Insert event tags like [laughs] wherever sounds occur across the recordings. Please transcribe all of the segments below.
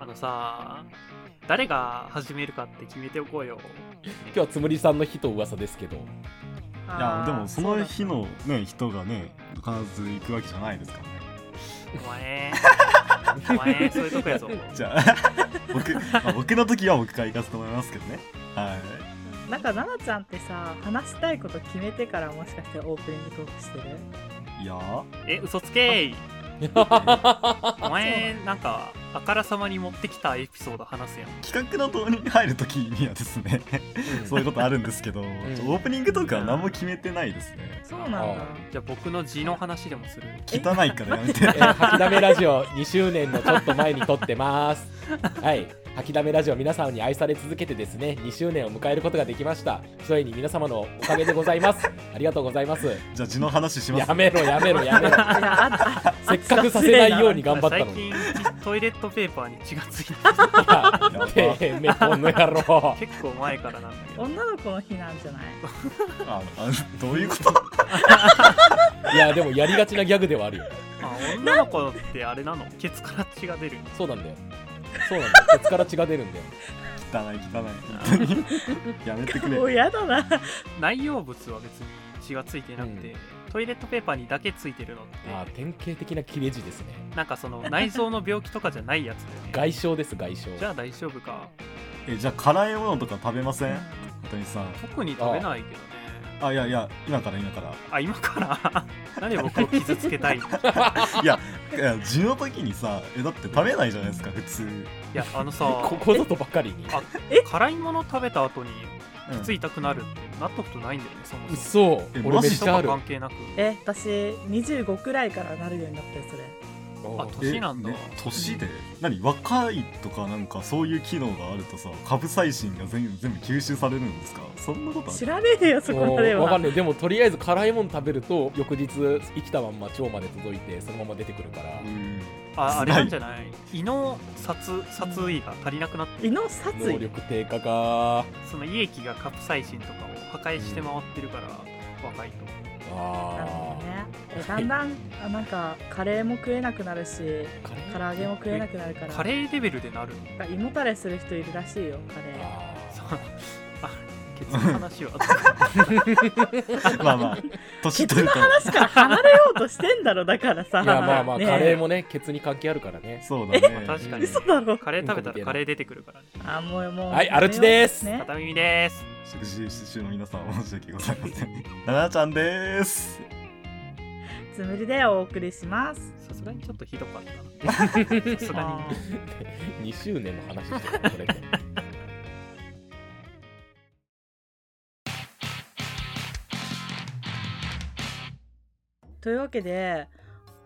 あのさ誰が始めるかって決めておこうよ今日はつむりさんの日と噂ですけどいやでもその日そうのね人がね必ず行くわけじゃないですからねだお [laughs] 前お前そういうとこやぞじゃあ [laughs] 僕、まあ僕の時は僕から行かせてもらいますけどねはいなんか奈々ちゃんってさ話したいこと決めてからもしかしてオープニングトークしてるいやえ嘘つけ [laughs] お前なんかあからさまに持ってきたエピソード話すやん企画の導入に入る時にはですねそういうことあるんですけど、んちょオープニングとかは何も決めてないですねそうなんだあじゃあ僕の字の話でもする汚いから [laughs] やめてえー吐きだめラジオ2周年のちょっと前に撮ってます。はい。吐きだめラジオ皆さんに愛され続けてですね、2周年を迎えることができました。それに皆様のおかげでございます。ありがとうございます。じゃあ字の話しますやめろやめろやめろ。いやああせっかくさせないように頑張ったの最に。近トイレットペーパーに血がつい [laughs] たばて [laughs] めえこの野郎。結構前からなんだけど女の子の日なんじゃないああどういうこといや、でもやりがちなギャグではあるよ。あ女の子ってあれなのケツから血が出るそうなんだよ。そうなんだよ。ケツから血が出るんだよ。汚い汚い本当に [laughs] やめてくれもうやだな内容物は別に血がついてなくて、うトイレットペーパーにだけついてるのっあてー典型的な切れ字ですね。なんかその内臓の病気とかじゃないやつだよね外傷です、外傷。じゃあ大丈夫かえじゃあ辛いものとか食べません本当にさん特に食べないけどねあいやいや今から今からあ今からなんで僕を傷つけたいの [laughs] いやいや字の時にさえだって食べないじゃないですか普通、うんいやあのさここぞとばかりに。あ辛いもの食べた後についたくなるってなったことないんだよねそもそも嘘俺えめっマジちとゃあかる。関係なくえ私25くらいからなるようになったよそれおあう年なんだえね年で何若いとかなんかそういう機能があるとさカブサイシンが全全部吸収されるんですかそんなことあ知るらねえよそこまでわかはんないでもとりあえず辛いもの食べると翌日生きたまんま腸まで届いてそのまま出てくるからうんああれなんじゃない胃の殺殺意が足りなくなって胃るの殺能意力低下かその胃液がカプサイシンとかを破壊して回ってるから、若いとなるほあどねえだんだんあなんかカレーも食えなくなるしーカレ唐揚げも食えなくなるからカレーレベルでなるのなんか胃もたれする人いるらしいよカレーあそーうあケツの話はま [laughs] あまあ年取ると確か離れようとしてんだろだからさいやまあまあねえカレーもね血に関係あるからねそうだね確かに嘘だろカレー食べたらカレー出てくるからねあもうもうはいアルチですね片耳です食事実習の皆さん申し訳ございませんななちゃんですつむりでお送りしますさすがにちょっとひどかったなさすがあにー2周年の話してるこれ [laughs] ってというわけで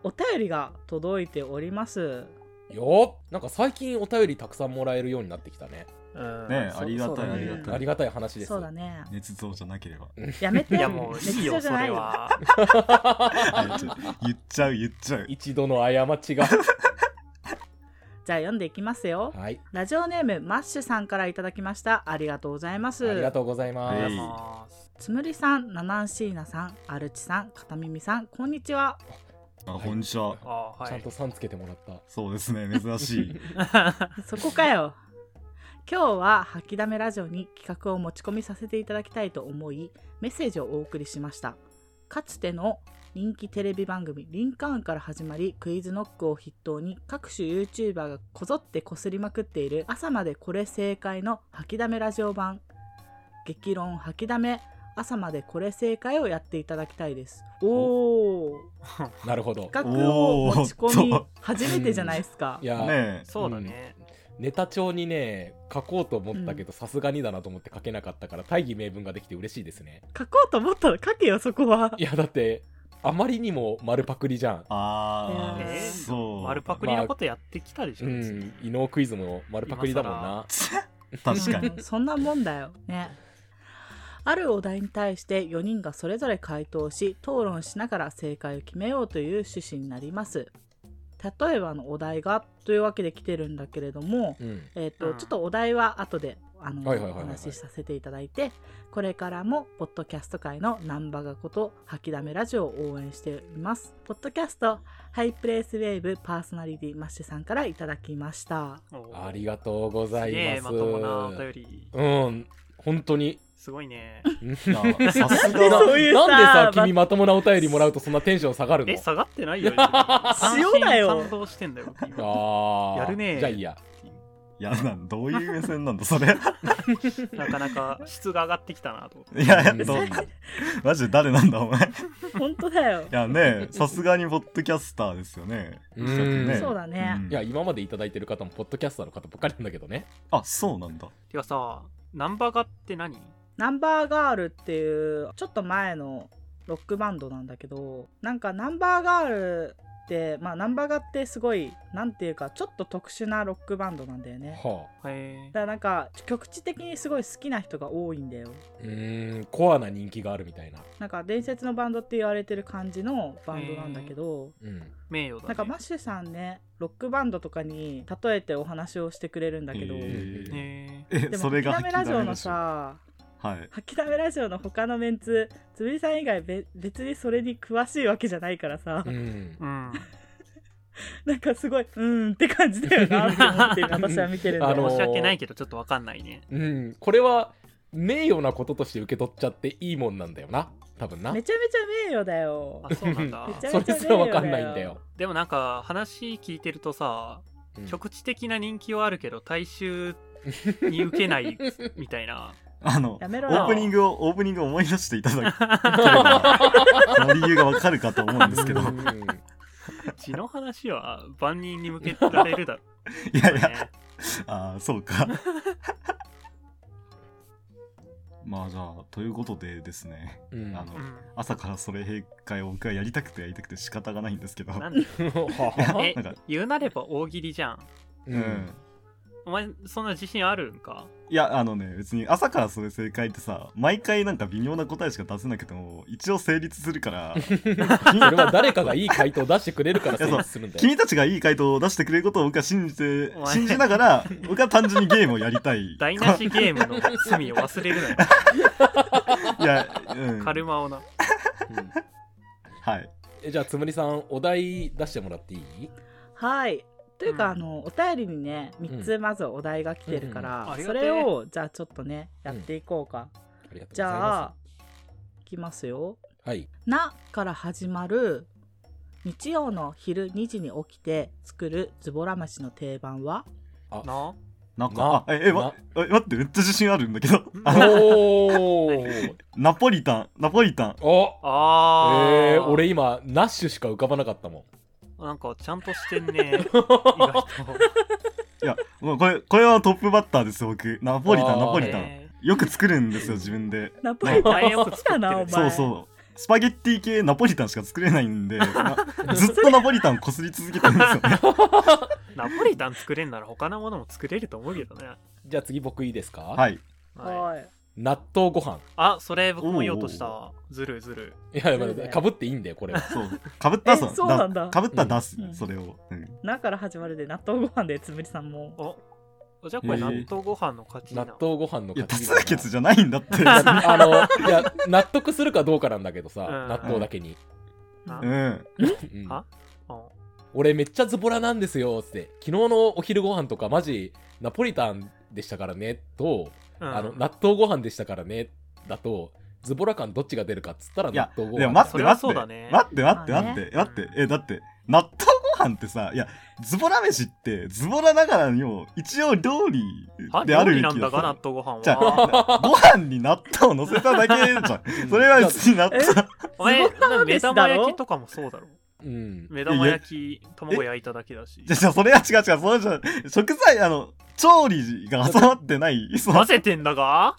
お便りが届いておりますよっなんか最近お便りたくさんもらえるようになってきたねうんねそありがそたういだあねりがたあいりがたい話ですそうだね熱造じゃなければや [laughs] めていやもういいよ熱唱じそゃ [laughs] ないれよはあちょ言っちゃう言っちゃう一度の過 [laughs] ちがじゃあ読んでいきますよはいラジオネームマッシュさんからいただきましたありがとうございまあすりがとうございます、はいつむりさんナナンシーナさんアルチさん片耳さんこんにちはあこんにちはあーちはゃんいとさんつけてもらったそうですね珍し [laughs] いそこかよ今日は吐きだめラジオに企画を持ち込みさせていただきたいと思いメッセージをお送りしましたかつての人気テレビ番組「リンカーン」から始まりクイズノックを筆頭に各種 YouTuber がこぞってこすりまくっている朝までこれ正解の吐きだめラジオ版激論吐きだめ朝までこれ正解をやっていただきたいですおおなるほど企画を持ち込おーみ初めてじゃないですか [laughs] いや、ねそうだね、ネタ帳にね書こうと思ったけどさすがにだなと思って書けなかったから大義名分ができて嬉しいですね書こうと思ったら書けよそこはいやだってあまりにも丸パクリじゃんあねーえそう丸パクリのことやってきたでしょ、う別にん伊能クイズも丸パクリだもんな確かにうん [laughs] そんなもんだよねあるお題に対して4人がそれぞれ回答し討論しながら正解を決めようという趣旨になります例えばのお題がというわけで来てるんだけれども、うんえっとうんちょっとお題は後であの、はいはいはいはいお話しさせていただいてこれからもポッドキャスト界のナンバガこと吐きだめラジオを応援していますポッドキャストハイプレイスウェーブパーソナリティマッシュさんからいただきましたおーありがとうござすげいえま。ますともなお便りうん、本当に。すごいねいやさ [laughs] すながそういうさなんでさ、ま君まともなお便りもらうとそんなテンション下がるのえ下がってないよ塩塩 [laughs] だよ感動してんだよ僕今あーやるねじゃあいいや。いやなんどういう目線なんだそれ [laughs] なかなか質が上がってきたなと思っていやうんどうマジで誰なんだお前い本当だよやねさすがにポッドキャスターですよねうんちょっとねそうだねうんいや、今までいただいてる方も、ポッドキャスターの方ばっかりなんだけどね。あそうなんだてかさナンバガって何ナンバーガールっていうちょっと前のロックバンドなんだけどなんかナンバーガールってまあナンバーガーってすごいなんていうかちょっと特殊なロックバンドなんだよねはへだからなんか局地的にすごい好きな人が多いんだよあ。うーん、コアな人気があるみたいな。なんか伝説のバンドって言われてる感じのバンドなんだけどうん。え名誉だ、ね、なんかマッシュさんねロックバンドとかに例えてお話をしてくれるんだけどへでーへええそもれがダメラジオのはさい吐きだめラジオの他のメンツつぶりさん以外べ別にそれに詳しいわけじゃないからさ、うん。うんなんかすごいうーんって感じだよなって思って私は見てる [laughs] んであの申し訳ないけどちょっとわかんないねうん、これは、名誉なこととして受け取っちゃっていいもんなんだよな。多分な。めちゃめちゃ名誉だよあそうなん [laughs] だめちゃそれすらわかんないんだよ。でもなんか話聞いてるとさうん局地的な人気はあるけど大衆に受け [laughs] ないみたいなあのやめオろープよニングをオープニングを思い出していた [laughs] だければその理由がわかるかと思うんですけどうん血の話は万人に向けられるだろいねうやいやああそうか [laughs] まあじゃあということでですねうんあのうん朝からそれ閉会を僕はやりたくてやりたくて仕方がないんですけどなんではえなんか言うなれば大喜利じゃんあううんんお前そんな自信あるんかいやあのね別に朝からそれ正解ってさ毎回なんか微妙な答えしか出せなくても一応成立するから [laughs] それは誰かがいい回答を出してくれるから成立するんだよ。君たちがいい回答を出してくれることを僕は信じてお前信じながら僕は単純にゲームをやり [laughs] たい台無しゲームの罪を忘れるなよ [laughs] いや、うん、カルマをなうんはいえじゃあつむりさんお題出してもらっていいはいというか、うんあのお便りにね3つまずお題が来てうんるかうんら、ありがそてえれをじゃあちょっとねやっていこうか、ありがとうございますじゃあいきますよはい「な」から始まる日曜の昼2時に起きて作るズボラ飯の定番はななんなかあええわえ待ってめっちゃ自信あるんだけどあのおー [laughs] ナポリタンナポリタンおあーえー、俺今ナッシュしか浮かばなかったもんなんかちゃんとしてん [laughs] ね意外といや、もうこれ、これはトップバッターですよ、僕。ナポリあタン、ーナポリタン。えよく作るんですよ、自分で。ナポリタン前よ好くきだな作おってそ前うそう。スパゲッティ系ナポリタンしか作れない [laughs] んで、なずっとナポリタンこすり続けてるんですよね。ーナポリタン作れんなら他のものも作れると思うけどね、じゃあ次僕いいですかはいい。はい、はい納豆ご飯あそれ僕も言おうとしたずるいずるいやいそうだやよかぶっていいんだよこれはそう。かぶったらえそうなんだかぶったら出す、うんそれを。うん。なから始まるで納豆ご飯でつむりさん [laughs] もおじゃあこれえー納豆ご飯の勝ちな、納豆ご飯のいや、多勝ち数決じゃない [laughs] んだ [laughs] って。あのいや納得するかどうかなんだけどさ、うん納豆だけに、なうん。うんあうん俺めっちゃズボラなんですよっつって昨日のお昼ご飯とかマジナポリタンでしたからねとうんあの納豆ご飯でしたからねだとズボラ感どっちが出るかっつったらい納や、豆ごいや飯待っそてれは待そっうてだね待って待ってまあ待ねって待ってえだって納豆ご飯ってさいやズボラ飯ってズボラながらにも一応料理はであ料る理べきなんだだ [laughs] が納さ豆ご飯じゃはあご飯に納豆を乗せただけじゃんうんそれは別に納豆えお前ズボラ目飯だろ玉焼きとかもそうだろうん目玉焼き卵焼いただけだしじゃ、じゃ、それは違う違う、それじゃ、食材、あの、調理が挟まってない、その混、ぜてんだが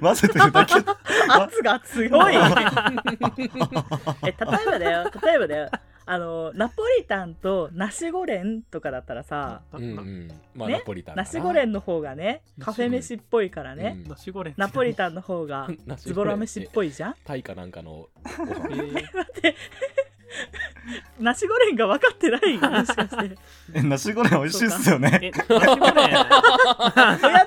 混ぜてるだけ。圧が強いえ例えばだよ例えばだよあのナポリタンとナシゴレンとかだったらさうんうんまあ、ねナポリタンナシゴレンンの方がねカフェ飯っぽいからね、ナシゴレンナポリタンの方が [laughs] ズボラ飯っぽいいじゃんタイかなんかのごえ飯ーナシゴレンが分かってないもしかしてえ、ナシゴレン美味しいっすよね。えナシゴレン親だ [laughs]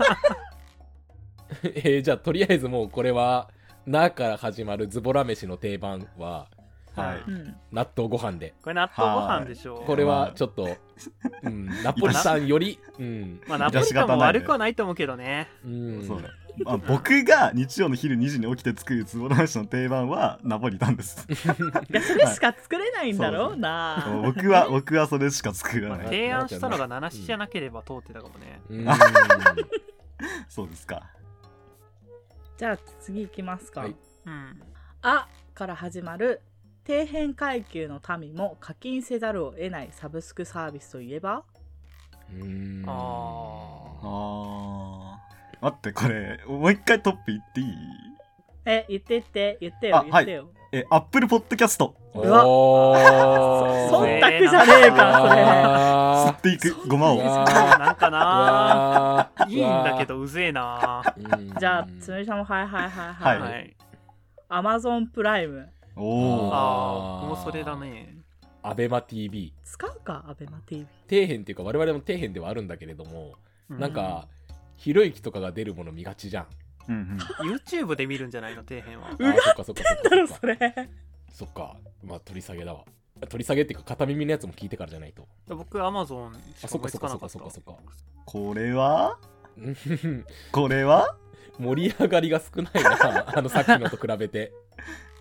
えーじゃあとりあえずもうこれは「な」から始まるズボラ飯の定番ははうい。ん、納豆ご飯でこれ納豆ご飯でしょう。これはちょっと、うん、ナポリタンよりうん、まあ、ナポリタンも悪くはないと思うけどね。うん、そうね。まあ、僕が日曜の昼2時に起きて作るつぼらしの定番はナポリタンです。いやそれしか作れないんだろそうな、僕は、僕はそれしか作らまあない。提案したのが七七じゃなければ通ってたかもね。うんそうですか。じゃあ次行きますか、はいうん。あから始まる底辺階級の民も課金せざるを得ないサブスクサービスといえばうんああー。待って、これ、もう一回トップ言っていいえ言って言って言ってよあ言ってよ、え、アップルポッドキャスト。おうわーそん忖な度じゃねえか吸あっていく、ごまうを。わあ。なんかーなうわーいいんだけど、うぜえなうん [laughs] じゃあつむりさんもはいはいはーいうんははいい。アマゾンプライムおー。ああ、ーもうそれだね。アベマ t v 使うかアベマ TV 底辺っていうか我々も底辺ではあるんだけれども、うなんかひろゆきとかが出るもの見がちじゃんうんうん。 YouTube で見るんじゃないの底辺はうがってんだろそれそっかまあ取り下げだわ取り下げっていうか片耳のやつも聞いてからじゃないと [laughs] 僕 Amazon しあかそ思っかいつそっかかなそっかかっそたっかそっかこれはうんふふんこれは盛り上がりが少ないな [laughs] あのさっきのと比べて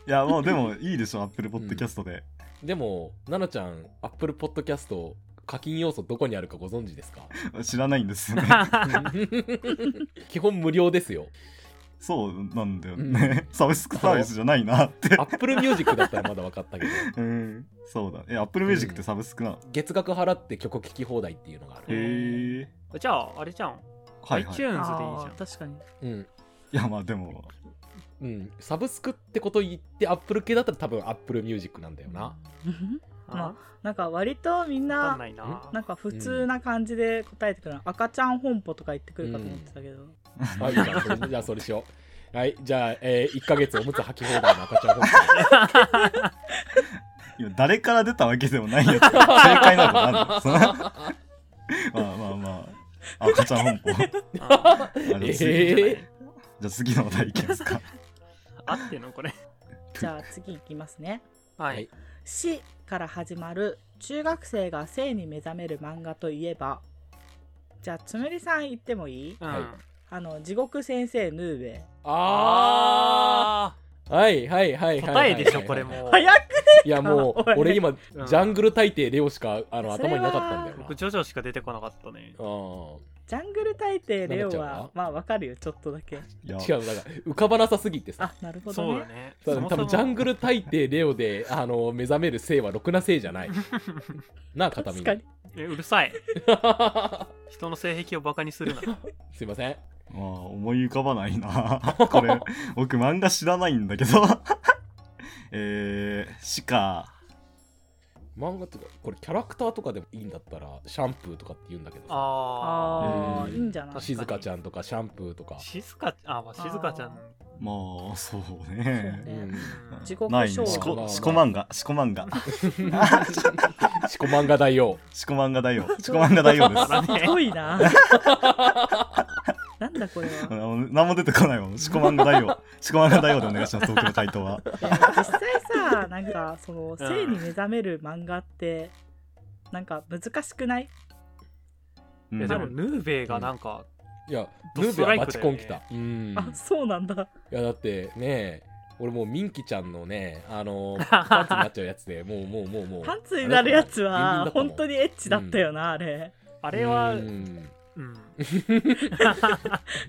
いや、もうでもいいでしょ、アップルポッドキャストで。でも奈々ちゃんアップルポッドキャスト課金要素どこにあるかご存知ですか知らないん [laughs] ですよね。基本無料ですよそうなんだよね。サブスクサービスじゃないなってア。ップルミュージックだったらまだ分かったけどうん。そうだ。え、アップルミュージックってサブスクなの月額払って曲聴き放題っていうのがあへる、え。じゃああれじゃん、はいはい。い iTunes でいいじゃあーん確かにうんや、まあでも、うん、サブスクってこと言ってアップル系だったら多分アップルミュージックなんだよな、ま [laughs] なんか割とみんあわかなんないななんか普通な感じで答えてくるの、赤ちゃん本舗とか言ってくるかと思ってたけど、は [laughs] い、じゃあそれじゃあそれしようはいじゃあ、え1ヶ月おむつ履き放題の赤ちゃん本今誰から出たわけでもないやつ。正解なの [laughs] なんだよそのまあまあまあ。赤ちゃん [laughs] 本舗。ああの次えじゃあ次の話題いきますか。合ってんのこれじゃあ次いきますねははいい「死」から始まる中学生が性に目覚める漫画といえばじゃあつむりさん言ってもいいうんはいあの地獄先生ヌーベああーはいはいはいーは答いえでしょこれも早くいやもうおい俺今ジうんャングル大帝レオしかあのそ頭れはになかったんだよな僕ジョジョしか出てこなかったねうジャングル大帝レなオめちゃうはわまあわかるよちょっとだけいやん違うなんか浮かばなさすぎてさあなるほどそうねだね多分多分ジャングル大帝レオであの目覚める性はろくな性じゃないなあ片確耳かにえうるさい人の性癖をバカにするなすいませんまあ思い浮かばないな。これ、僕漫画知らないんだけど。 [laughs] えー、しか、漫画とかこれキャラクターとかでもいいんだったらシャンプーとかって言うんだけどさあああういんいんじゃない確静香ちゃんとかシャンプーとかあ、静かあまあ静かちゃんまあ、そううね。ねん、うん地獄ない少ね。女しまあまこ、あしこ漫画、しこ漫画。しこ漫画大王しこ漫画大王。しこ漫画大王です。だねすごいななんだこれは何も何も出てこないもん。しこ漫画大王。しこ漫画大王でお願いします、僕の回答は。でも実際さなんかその性に目覚める漫画ってなんか難しくないうんいやでもヌーベイがなんかいやドヌーストベラはイバクだチよねコン来た、うんあそうなんだいやだってね俺もうミンキちゃんのねあのパンツになっちゃうやつでもうもうもうもうパンツになるやつあれはだから [laughs] 本当にエッチだったよなあれあれはうんうん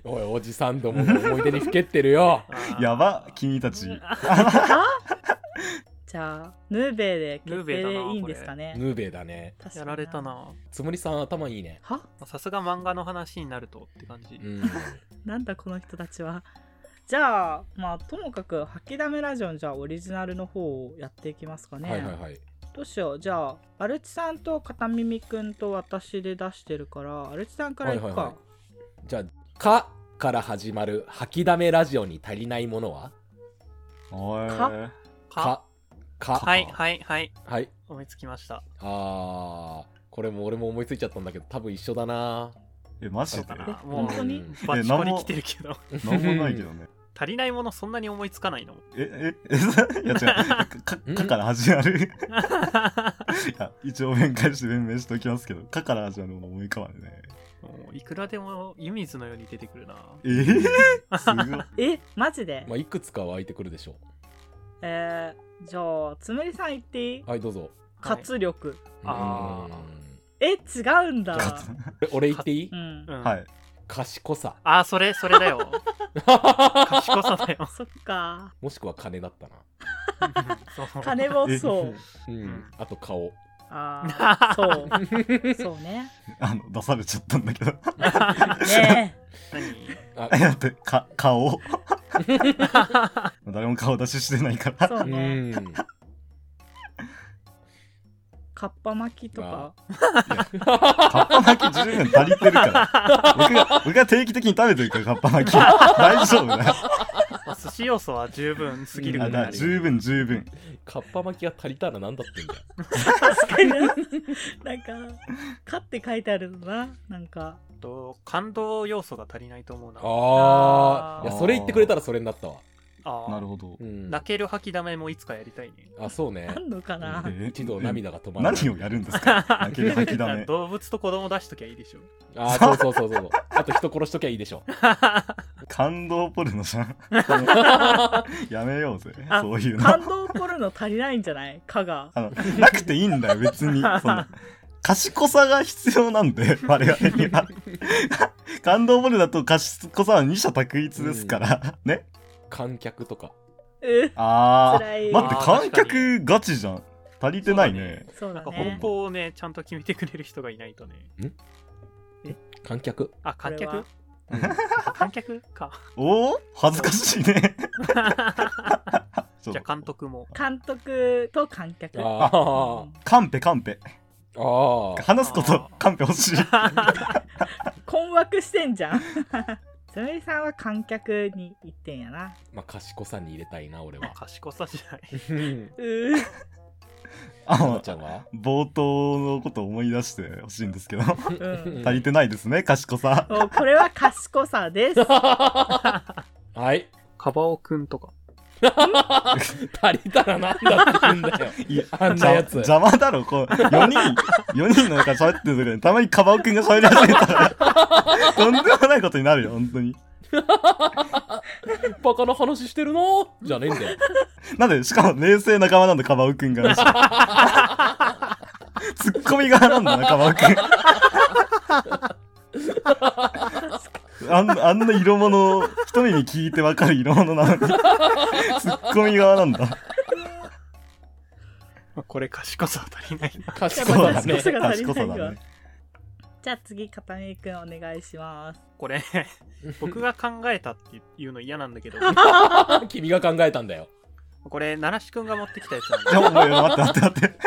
おいおじさんどもの思い出にふけってるよあーやば、君たち。じゃあヌーベイでヌー決ベイ定だなでいいんですかねヌーベだね確か [laughs] やにられたなつむりさん頭いいねはまあさすが漫画の話になるとって感じ、うんなんだこの人たちはじゃあまあともかく吐きだめラジオのじゃあオリジナルの方をやっていきますかね、はいはいはいどうしようじゃあアルチさんと片耳くんと私で出してるからアルチさんからいくか、はいはいはいじゃあ「か」から始まる吐きだめラジオに足りないものはおい。か「か」「か」はいはいはいはい思いつきましたあーこれも俺も思いついちゃったんだけど多分一緒だなえマジそうでか何なも本当うにバチコリ来てるけど [laughs] もないけどね足りないものそんなに思いつかないの [laughs] えええ [laughs] いや違うかかうんかから始まる [laughs] いや一応弁解して弁明しておきますけどかから始まるもの思い浮かばないねもういくらでも湯水のように出てくるなえー、すごいえマジで、まあ、いくつか湧いてくるでしょ。えー、じゃあつむりさん言っていいうはい、どうぞ。活力あーえ違うんだうん俺俺言っていいうんうんはい賢さ。ああそれそれだよ賢さだよそっかもしくは金だったな。そう金もそうううんん。あと顔。あ [laughs] ーそうそうね [laughs] あの出されちゃったんだけどね何 [laughs] あえだってか [laughs] 顔誰も顔出ししてない [laughs] かえらそううねん。かっぱ巻きとかカッパ巻き十分足りてるから [laughs] 僕が僕が定期的に食べてるからカッパ巻き大丈夫だよまあ寿司要素は十分すぎるうんぐあらいあだる十分十分かっぱ巻きが足りたら何だってんだよ。確かに [laughs] ななんか「か」って書いてあるのななんかと感動要素が足りないと思うなあああ。ーいや、それ言ってくれたらそれになったわ。あーなるほどうん。泣ける吐きだめもいつかやりたいねあ、そうねあ。んのかな、え一度涙が止まらない。何をやるんですか [laughs] [laughs] 泣ける吐きだめ [laughs] 動物と子供出しときゃいいでしょああ、そうそうそうそうそう。あと人殺しときゃいいでしょ。感動ポルノじゃ [laughs] んやめようぜあそういうの感動ポルノ足りないんじゃない [laughs] かがあのなくていいん [laughs] だよ別にその賢さが必要なん [laughs] で我々には感動ポルノだと賢さは二者択一ですから、ね観客とか。うあ辛いー待ってあー観確か客ガチじゃん足りてないねそうなだんかね方向をねちゃんと決めてくれる人がいないとね観客。あ観これは客観客 [laughs] かおお恥ずかしい [laughs] ね [laughs] ちょっじとゃあ監督も監督と観客ああ。カンペカンペああ。話すことカンペ欲 [laughs] しい困惑してんじ [laughs] ゃんつむりさんは観客に行ってんやなまあ、賢さに入れたいな、俺は。賢さじゃないうん。うーあななのちゃんは冒頭のこと思い出してほしいんですけどん足りてないですね賢さもうこれは賢さ [laughs] ですはい。カバオくんとか足りたらなんだって言うんだよ。いやあんな邪やつ。邪魔だろこう4人4人の中喋ってる時にたまにカバオくんが喋り始めたら [laughs] とんでもないことになるよ本当にバカな話してるなーじゃねえんだ [laughs] よ。なんでしかも冷静な側なんだカバオくんが [laughs] ツッコミ側なんだなカバオくんあんあんな色物一目に聞いてわかる色物なのにツッコミ側なんだまあこれ賢さ足りないな賢そさうだね賢。さが足り賢なさいわだねじゃあ次片目くんお願いしますこれ僕が考えたっていうの嫌なんだけ [laughs] ど君が考えたんだよ。これ奈良志くんが持ってきたやつなんいやだもう待って待って待って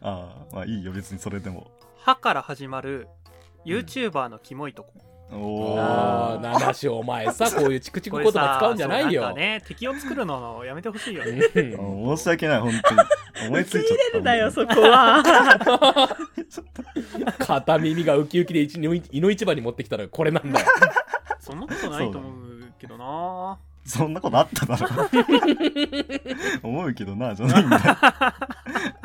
ああまあいいよ別にそれでも歯から始まる YouTuber のキモいとこおおああ、ななしお前 [laughs] さ、こういうチクチク言葉使うんじゃないそうよんか。ね敵を作るのやめてほしいよねうん申し訳ない本当に思いつ受いけちゃ入っれたるなよそこはちょっと片耳がウキウキで一のいの一番に持ってきたらこれなんだよ。そんなことないと思うけどなそんなことあっただろ思うけどなじゃないんだよ [laughs]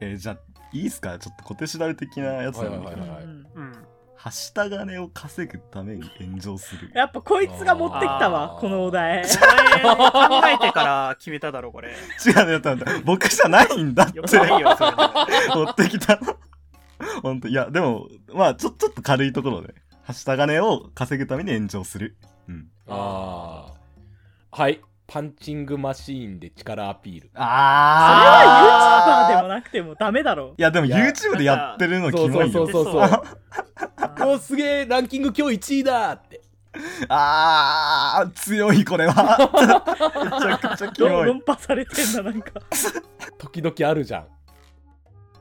えーじゃあいいっすかちょっと小手調べ的なやつなんだはけいどはいはいうんうんはした金を稼ぐために炎上する [laughs] やっぱこいつが持ってきたわあーこのお題お前考えてから決めただろこれ違うねだって僕じゃないんだ [laughs] ってよくないよそれ持ってきたの本当いやでもまあちょちょっと軽いところではした金を稼ぐために炎上するうんああ。はい。パンチングマシーンで力アピール。それは YouTuber でももなくてもダメだろいやでもいや YouTube でやってるのキそうモそういそようそうそう。おすげえランキング今日1位だーって。あー強いこれはめちゃくちゃキどモんどんいパされてんだなんか時々あるじゃん。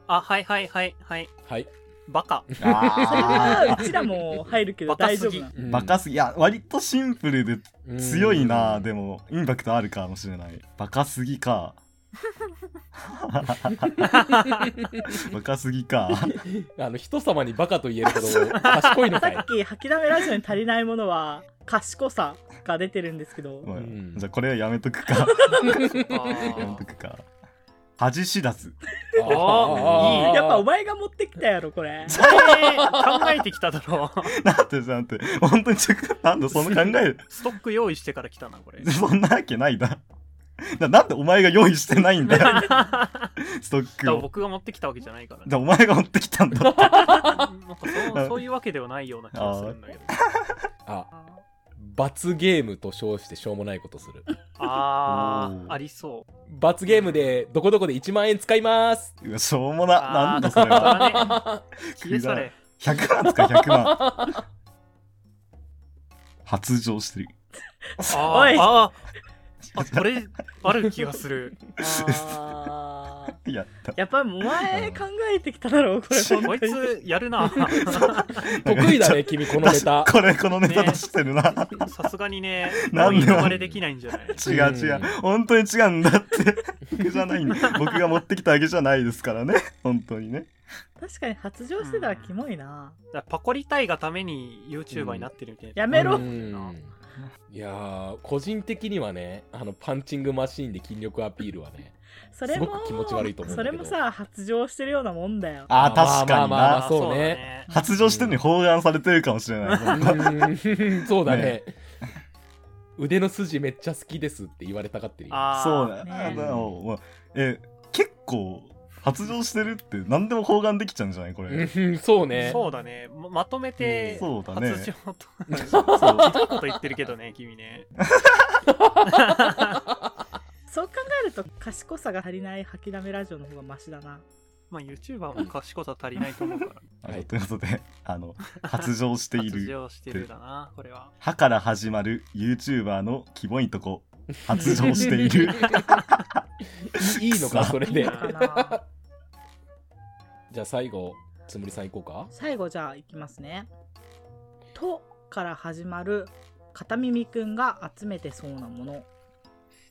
あはいはいはいはいはい。バカそれはあうちらも入るけどバカ大す丈ぎ夫なうーんバカすぎいや割とシンプルで強いなうんでもインパクトあるかもしれないバカすぎか若すぎか。あの人様にバカと言えるほど賢いのさか [laughs] いっき吐きだめラジオに足りないものは賢さが出てるんですけどごめんうんじゃあこれはやめとくか。やめあとくか。恥知らず。 [laughs] あーやっぱお前前が持ってきたやろこれそれ考えてきただろ [laughs] うなんてなんて、本当にちょなんだ、その考え、ストック用意してから来たな [laughs] これそんなわけないだ。ななんでお前が用意してないん [laughs] だよ、ストックを。僕が持ってきたわけじゃないからでねお前が持ってきたん [laughs] だって。なんかそうそういうわけではないような気がするんだけどあ罰ゲームと称してしょうもないことするあおあーありそう罰ゲームでどこどこで1万円使い [laughs] ますうわしょうもな、あーなんだそれは。だね消え去れ100万使う100万。発情してる。あおいーあーあこ [laughs] れある気がするあーやった。やっぱりお前考えてきただろうこれこ本い当につやるな得意だね君このネタ [laughs] これこのネタ出してるな。 [laughs] さすがにねなんでもう呼ばれできないんじゃない違う違う、本当に違うんだって。僕じゃないんだ。僕が持ってきたわけじゃないですからね。本当にね。確かに発情してたらキモいなだからパコリたいがために YouTuber になってるみたいな、やめろうんいやー個人的にはねあのパンチングマシーンで筋力アピールはねそれもすごく気持ち悪いと思うんそだけれどもさ発情してるようなもんだよああ、まあ確かにまあまあまな。あそうね。発情してるのに包含されてるかもしれないうーんそうだねね腕の筋めっちゃ好きですって言われたがってるよあーそうだ、ねあのまあえ結構発情してるって何でも包含できちゃうんじゃないこうれ、んそうねそうだねままとめてう発んそうだね情とひどいこと言ってるけどね君ねそう考えると賢さが足りない吐きだめラジオの方がマシだな [laughs] まあ YouTuber も賢さ足りないと思うからはいはいということで [laughs] あの発情してい発る情してるだなこれは歯から始まる YouTuber のキモいとこ発情している [laughs] いいのかそれいいでのかなじゃあ最後つむりさん行こうか最後じゃあいきますね「と」から始まる片耳くんが集めてそうなもの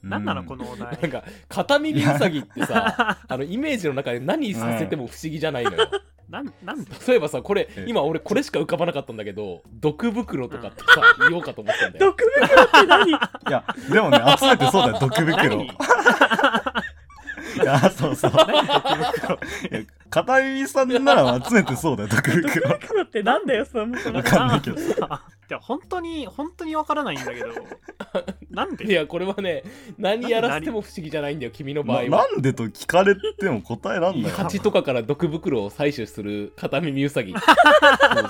なんなのうんこのお題なんか片耳うさぎってさあのイメージの中で何させても不思議じゃないのよ、なんなんで例えばさこれえ今俺これしか浮かばなかったんだけど毒袋とかってさ言おうかと思ったん「だよ毒袋」って [laughs] 何いやでもね集めてそうだよ毒袋何いやそうそう何いや片耳さんなら集めてそうだよ毒 [laughs] 毒袋袋ってなんだよそのわかんないけどあでも本当に本当にわからないんだけどなんいでやこれはね何やらせても不思議じゃないんだよ君の場合なはなんでと聞かれても答えらんないいや蜂とかから毒袋を採取する片耳うさぎそう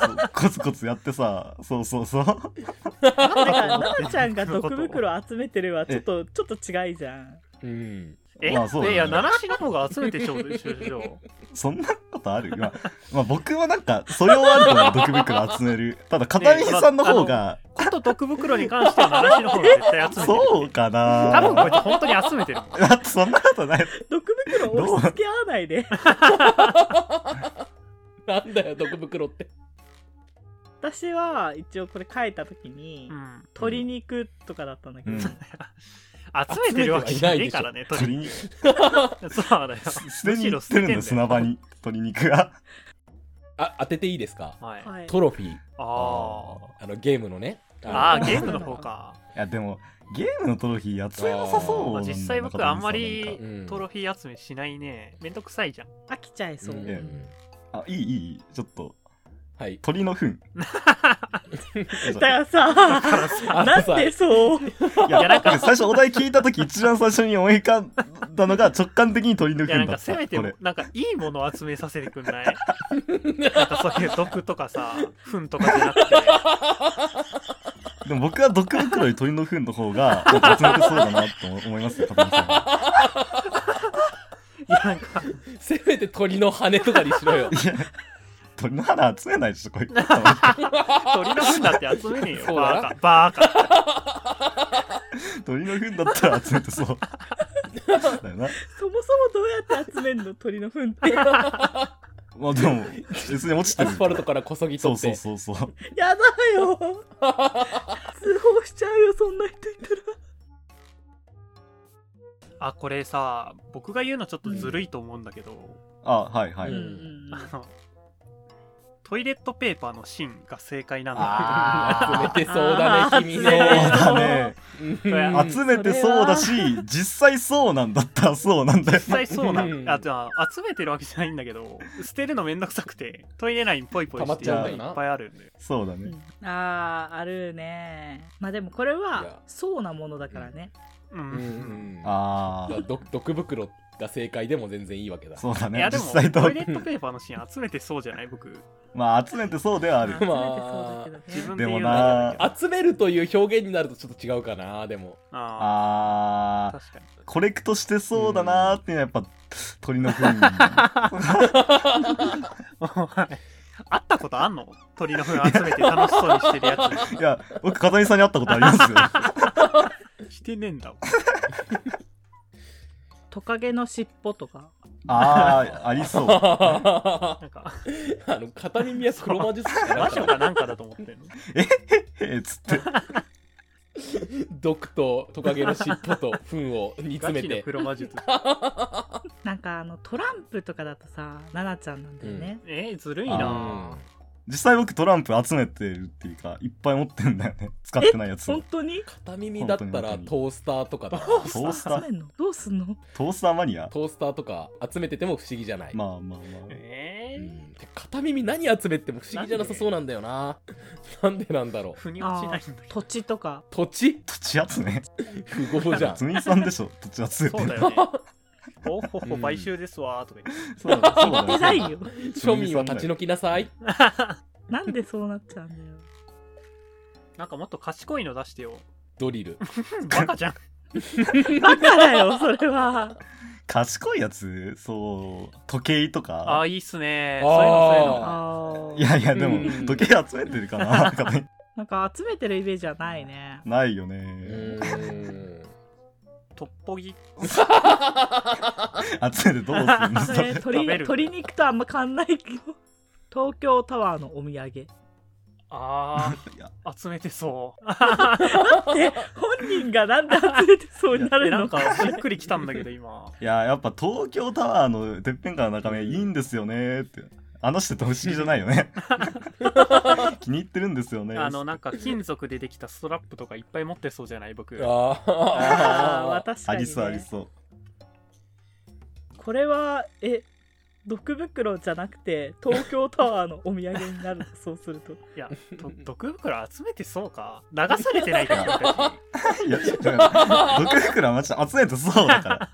そうコツコツやってさそうそうそうなんかななちゃんが毒袋集めてるはちょっとちょっと違いじゃんうんえ、まあそうだねいや七しの方が集めてちょうでしょでしょそんなことある、 [laughs] まあ、まあ僕はなんか素養あると思う毒袋集めるただ片西さんの方が、こと毒袋に関しては七しの方が絶対集めてるそうか多分なこいつ本当に集めてるもん [laughs] だってそんなこ [laughs] とない毒袋押し付け合わないでなんだよ毒袋って私は一応これ書いた時に、うん鶏肉とかだったんだけど、うん集めてるわけじゃねえからね鶏鳥肉そうだよすでに行ってるんだよ砂場に鶏肉が [laughs] あ当てていいですかはいあはい、トロフィーああのゲームのねーあのーゲームの方かいやでもゲームのトロフィー集めなさそうまなあんだよ実際僕あんまりうんトロフィー集めしないねめんどくさいじゃん飽きちゃいそう、うんえあいいいいちょっとはい鳥 [laughs] の糞だからさあなのんさでそういやなんか最初お題聞いた時一番最初に思い浮かんだのが直感的に鳥のいやなんか糞だったせめてこれなんかいいものを集めさせてくんないなんかそういう毒とかさ糞とかじゃなくてでも僕は毒袋より鳥の糞の方がなんか集めてそうだなと思いますよ片西さんいやなんかせめて鳥の羽とかにしろよいや、鳥の肌集めないでしょ、これ。鳥の糞だって集めねえよそうだなバーカバーカ鳥の糞だったら集めてそう。だよな。そもそもどうやって集めんの鳥の糞 [laughs] って。やまあでも、別に落ちてアるス。ファルトからこそぎそ取うっそうてそうそう。だよ。通報しちゃうよ、そんな人いたら。あこれさ僕が言うのちょっとずるいと思うんだけど、あ、はいはい。ううんんあのトイレットペーパーの芯が正解なんだあー集めてそうだね君そうねだね。うんうん集めてそうだし、実際そうなんだったらそうなんだよ。実際そうなうんあじゃあ集めてるわけじゃないんだけど捨てるのめんどくさくてトイレ内にポイポイ溜ましってちるゃのうがんいだっなぱいあるんでそうだね。うんあーあるねまあでもこれいはやそうなものだからねうんうんうんあだからど毒袋が正解でも全然いいわけだあ、そうだいねや。で実もト際とイ、レットペーパーの芯集めてそうじゃない僕まあ集めてそうではあまるあ。自集めてそうだけ分どねで言うでのもなはあれだけど集めるという表現になるとちょっと違うかなで [laughs] もああああ、確かにコレクトしてそうだなーっていうのはやっぱ鳥の糞。 [laughs] [laughs] 会ったことあんの鳥の糞集めて楽しそうにしてるやいや、僕、風見さんに会ったことありますよ。つ [laughs] してねえんだトカゲの尻尾とかああ、ありそう。あなんかの片耳は黒魔術師かな魔女かなんかだと思ってるのえー、つって。毒とトカゲの尻尾と糞を煮ガ詰めチのて黒魔術なんかあのトランプとかだとさ奈々ちゃんなんだよね、えーずるいあな実際僕、トランプ集めてるっていうか、いっぱい持ってるんだよね。使ってないやつを本。当に片耳だったらトースターとかだトースター集めんのどうすんのトースターマニアトースターとか集めてても不思議じゃない、まあまあまあ。えうーんて片耳何集めても不思議じゃなさそうなんだよななんでなんだろう腑に落ちないんだけ土地とか土地土地集め不合 [laughs] じゃんつみさんでしょ、土地集めどそてうるだ。よねおほほ買収ですわーとか言って [laughs] そうだそうだ出 [laughs] ないよ庶民は立ち退きなさいなんでそうなっちゃうんだよなんかもっと賢いの出してよドリルバカじゃんバカだよそれは賢いやつそう、時計とあか。あいいっすねあそーういうのそういうのあーいやいや、でうんも、時計集めてるかななんかねなんか集めてるイメージはない [laughs] ねないようね。ーんトッポギ集めてどうするんですそかれ食べ鶏る鶏肉とあんま変わんないけど東京タワーのお土産あいやあ集めてそうえ本人がなんで集めてそうになえるなんのかしっくりきたんだけど今いや、やっぱ東京タワーのてっぺんから眺めいいんですよねって。あの人って不思議じゃない [laughs] よね。気に入ってるんですよね。あのなんか金属でできたストラップとかいっぱい持ってそうじゃない僕 [laughs] ああー [laughs] まああ確かあに、ね、りそうありそう。これはえ毒袋じゃなくて東京タワーのお土産になるそうするといや [laughs] と毒袋集めてそうか流されてないから君た [laughs] いや、ちょっと毒袋はマジで集めてそう [laughs] だか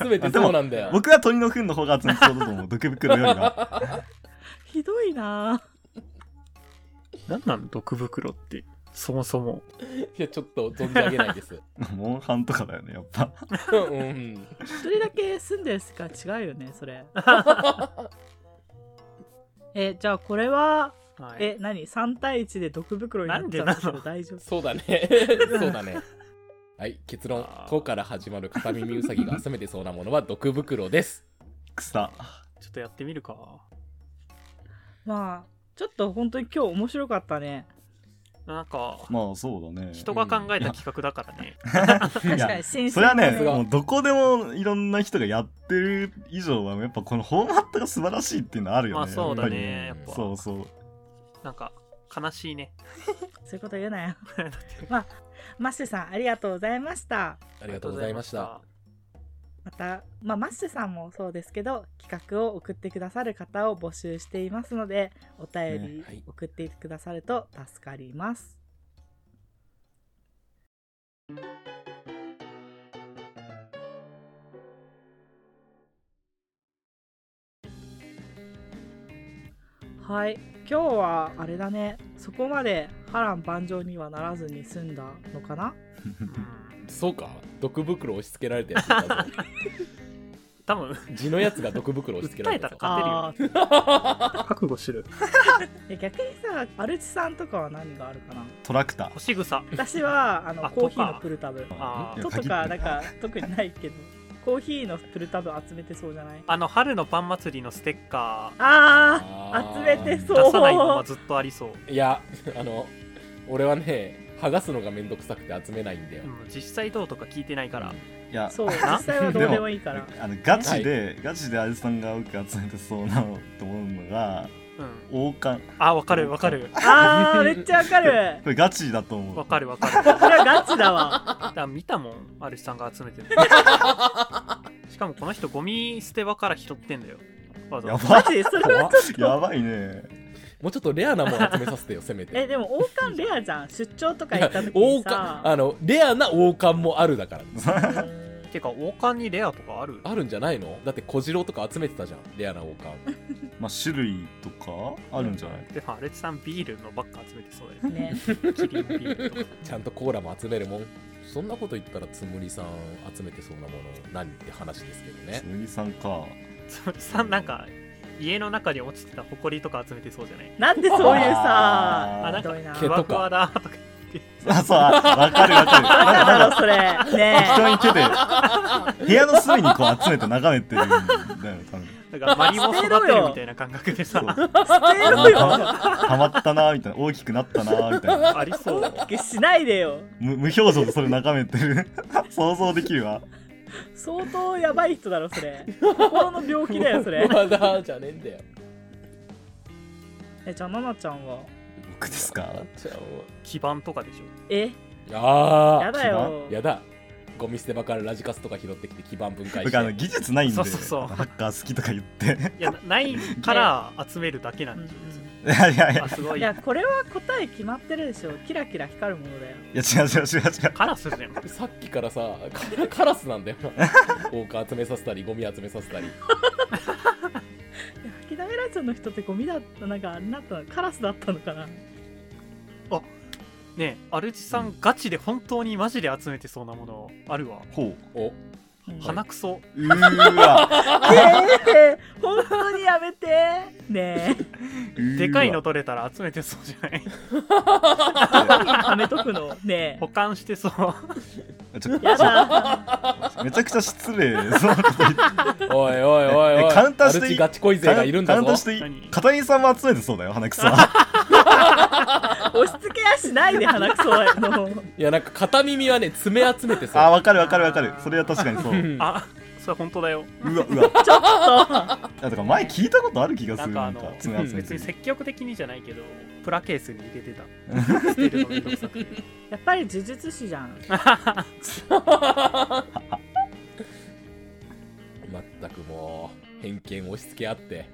集めてそうなんだら。よ僕は鳥の糞の方が集めてそうだと思う。毒袋よりは。ひどいなちなんなん毒袋ってそもそもいやちょっと存じ上げないですモンハンとかだよね、やっうぱ。んぁ一人だけ住んでるしか違うよねそれえじゃあこれははいえ何3対1で毒袋になっちゃうんだなんけでなどの大丈夫そうだね [laughs] そうだねはい結論あー「と」から始まる片耳うさぎが集めてそうなものは [laughs] 毒袋です草。ちょっとやってみるかまあちょっと本当に今日面白かったねなんかまあそうだね。人が考えた企画だからね確かいに新鮮それはね、すごいもうどこでもいろんな人がやってる以上は、やっぱこのフォーマットが素晴らしいっていうのはあるよまね。あそうだねややっっぱりぱそうそう。 [laughs] なんか悲しい [laughs] ねそういうこと言うなよまあマッシュさんありがとうございましたありがとうございましたまた、まあ、マッシュさんもそうですけど企画を送ってくださる方を募集していますのでお便ねはいり送ってくださると助かります、はい今日はあれだねそこまで波乱万丈にはならずに済んだのかなうんそうか毒袋押し付けられたやつだぞ多分地のやつが毒袋押し付けられたぞ訴えたら勝てるよあー覚悟してるえ逆にさアルチさんとかは何があるかなトラクター。星草私はあのあコーヒーとのかプルタブあーととかなんか特にないけどコーヒーのプルタブ集めてそうじゃないあの春のパン祭りのステッカああーー集めてー出さないまそまうずっとありそういやあの俺はね剥がすのがめんどくさくて集めないんだよで。も実際どうとか聞いてないから、いやそうな実際はどうでもいいからあのガチで、ガチであゆさんが多く集めてそうなのと思うのがうん、王冠あわかるわかるあーめっちゃわかるこれガチだと思うわかるわかるだこれはガチだわから見たもんアルシさんが集 [laughs] めてるのしかもこの人ゴミ捨て場から拾ってんだよわざやわざマばジでそれは [laughs] やば [laughs] いねもうちょっとレアなもん集めさせてよ、せめて。 [laughs] えでも王冠レアじゃん出張とか行った時王に冠さあのレアな王冠もあるだからてか王冠にレアとかあるあるんじゃないのだって小次郎とか集めてたじゃんレアな王冠まあ種類とかあるんじゃないでもアルチさんビールのバッグ集めてそうだよねねキリンビールとかちゃんとコーラも集めるもんそんなこと言ったらつむりさん集めてそうなもの何って話ですけどねつむぎさんかつむりさんなんか家の中に落ちてたホコリとか集めてそうじゃないなんでそういうあーさあなんひどいかな毛ふとかわふわだとかあそうあわかるわかるバカだなんろそれかね人に手で部屋の隅にこう集めて眺めてるんだよ多分なんかマリモ育てるみたい [laughs] な感覚でそさうえ捨てたろよまったなみたいな大きくなったなみたいなありそう大きくしないでよ無無表情でそれ眺めてる想像できるわ相当やばい人だろそれ心の病気だよそれまだじゃねえんだよえじゃあななちゃんは僕ですかじゃあもう基盤とかでしょえやあだよーやだゴミ捨て場からラジカスとか拾ってきて基盤分解し僕あのて技術ないんでそうそうそうハッカー好きとか言って [laughs] いやなないから集めるだけなうんんうでしんいやいやいょやあすごいいやこれは答え決まってるでしょキラキラ光るものだよいや違う違う違う違うカラスじゃんさっきからさカカラスなん [laughs] だよな王冠集めさせたりゴミ集めさせたりいや吐きだめラジオの人ってゴミだったなんかあれなったのカラスだったのかなねえアルチさんガチで本当にマジで集めてそうなものあるわほうお鼻くそうーわえー、本当にやめてねでかいのう取れたら集めてそうじゃ [laughs] ないえはめとくのね保管してそうーわちょえやだめちゃくちゃ失礼そのこと言っておいおいおいおいえカウンターしてアルチガチ恋勢がいるんだぞカウンターして何片桐さんも集めてそうだよ鼻くそは押し付けやしないで鼻くそはのいやなんか片耳はね爪集めてあーさわかるわかるわかるそれは確かにそううん [laughs] あそれは本当だようわうわちょっとあだから前聞いたことある気がなすんるかなあんかの爪集め別てにる積極的にじゃないけどプラケースに入れてた [laughs] 捨てるのめんどくさくてやっぱり呪術師じゃんまったくもう偏見押し付けあって